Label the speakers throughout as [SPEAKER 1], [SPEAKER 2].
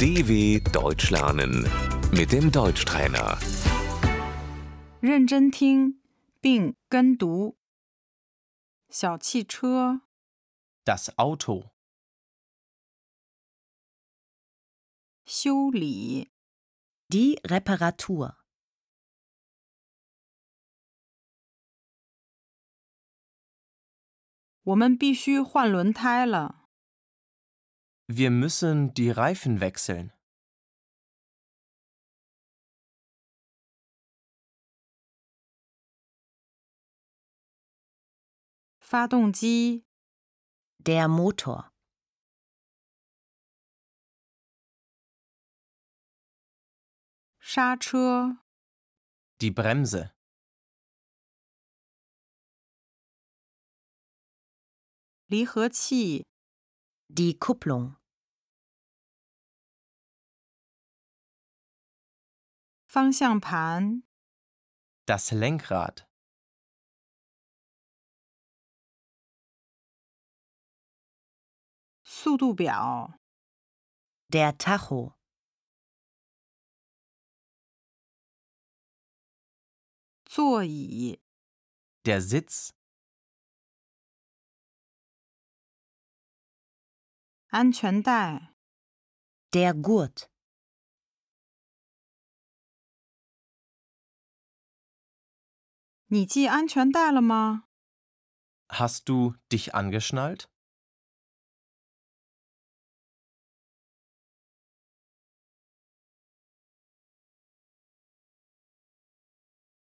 [SPEAKER 1] DW Deutsch lernen mit dem Deutschtrainer.
[SPEAKER 2] 认真听并跟读。小汽车、
[SPEAKER 3] Das Auto,
[SPEAKER 2] 修理、
[SPEAKER 4] Die Reparatur.
[SPEAKER 2] 我们必须换轮胎了。
[SPEAKER 3] wir müssen die Reifen wechseln.
[SPEAKER 2] 发动机、
[SPEAKER 4] Der Motor.
[SPEAKER 2] 刹车、
[SPEAKER 3] Die Bremse,
[SPEAKER 2] 离合器、
[SPEAKER 4] Die Kupplung.
[SPEAKER 2] 方向盘、
[SPEAKER 3] das Lenkrad,
[SPEAKER 2] 速度表、
[SPEAKER 4] Der Tacho.
[SPEAKER 2] 座椅、
[SPEAKER 3] der Sitz,
[SPEAKER 2] 安全带、
[SPEAKER 4] Der Gurt.
[SPEAKER 2] 你系安全带了吗？
[SPEAKER 3] hast du dich angeschnallt?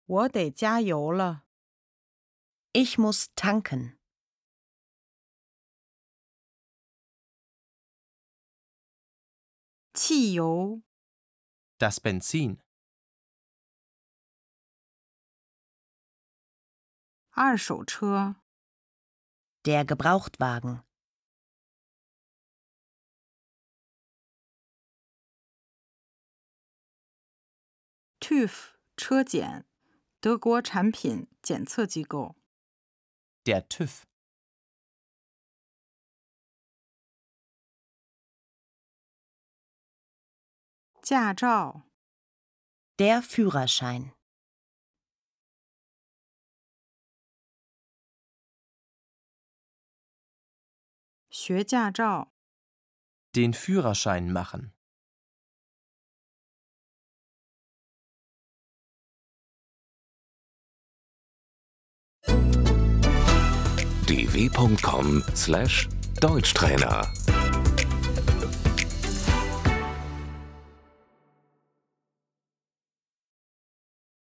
[SPEAKER 2] 我得加油了。
[SPEAKER 4] Ich muss tanken.
[SPEAKER 2] 汽油、
[SPEAKER 3] Das Benzin,
[SPEAKER 2] 二手车、
[SPEAKER 4] Der Gebrauchtwagen.
[SPEAKER 2] TÜV 车检，德国产品检测机构。
[SPEAKER 3] der TÜV,
[SPEAKER 2] 驾照、
[SPEAKER 4] Der Führerschein.
[SPEAKER 2] 学驾照、
[SPEAKER 3] den Führerschein machen.
[SPEAKER 1] dw.com/deutschtrainer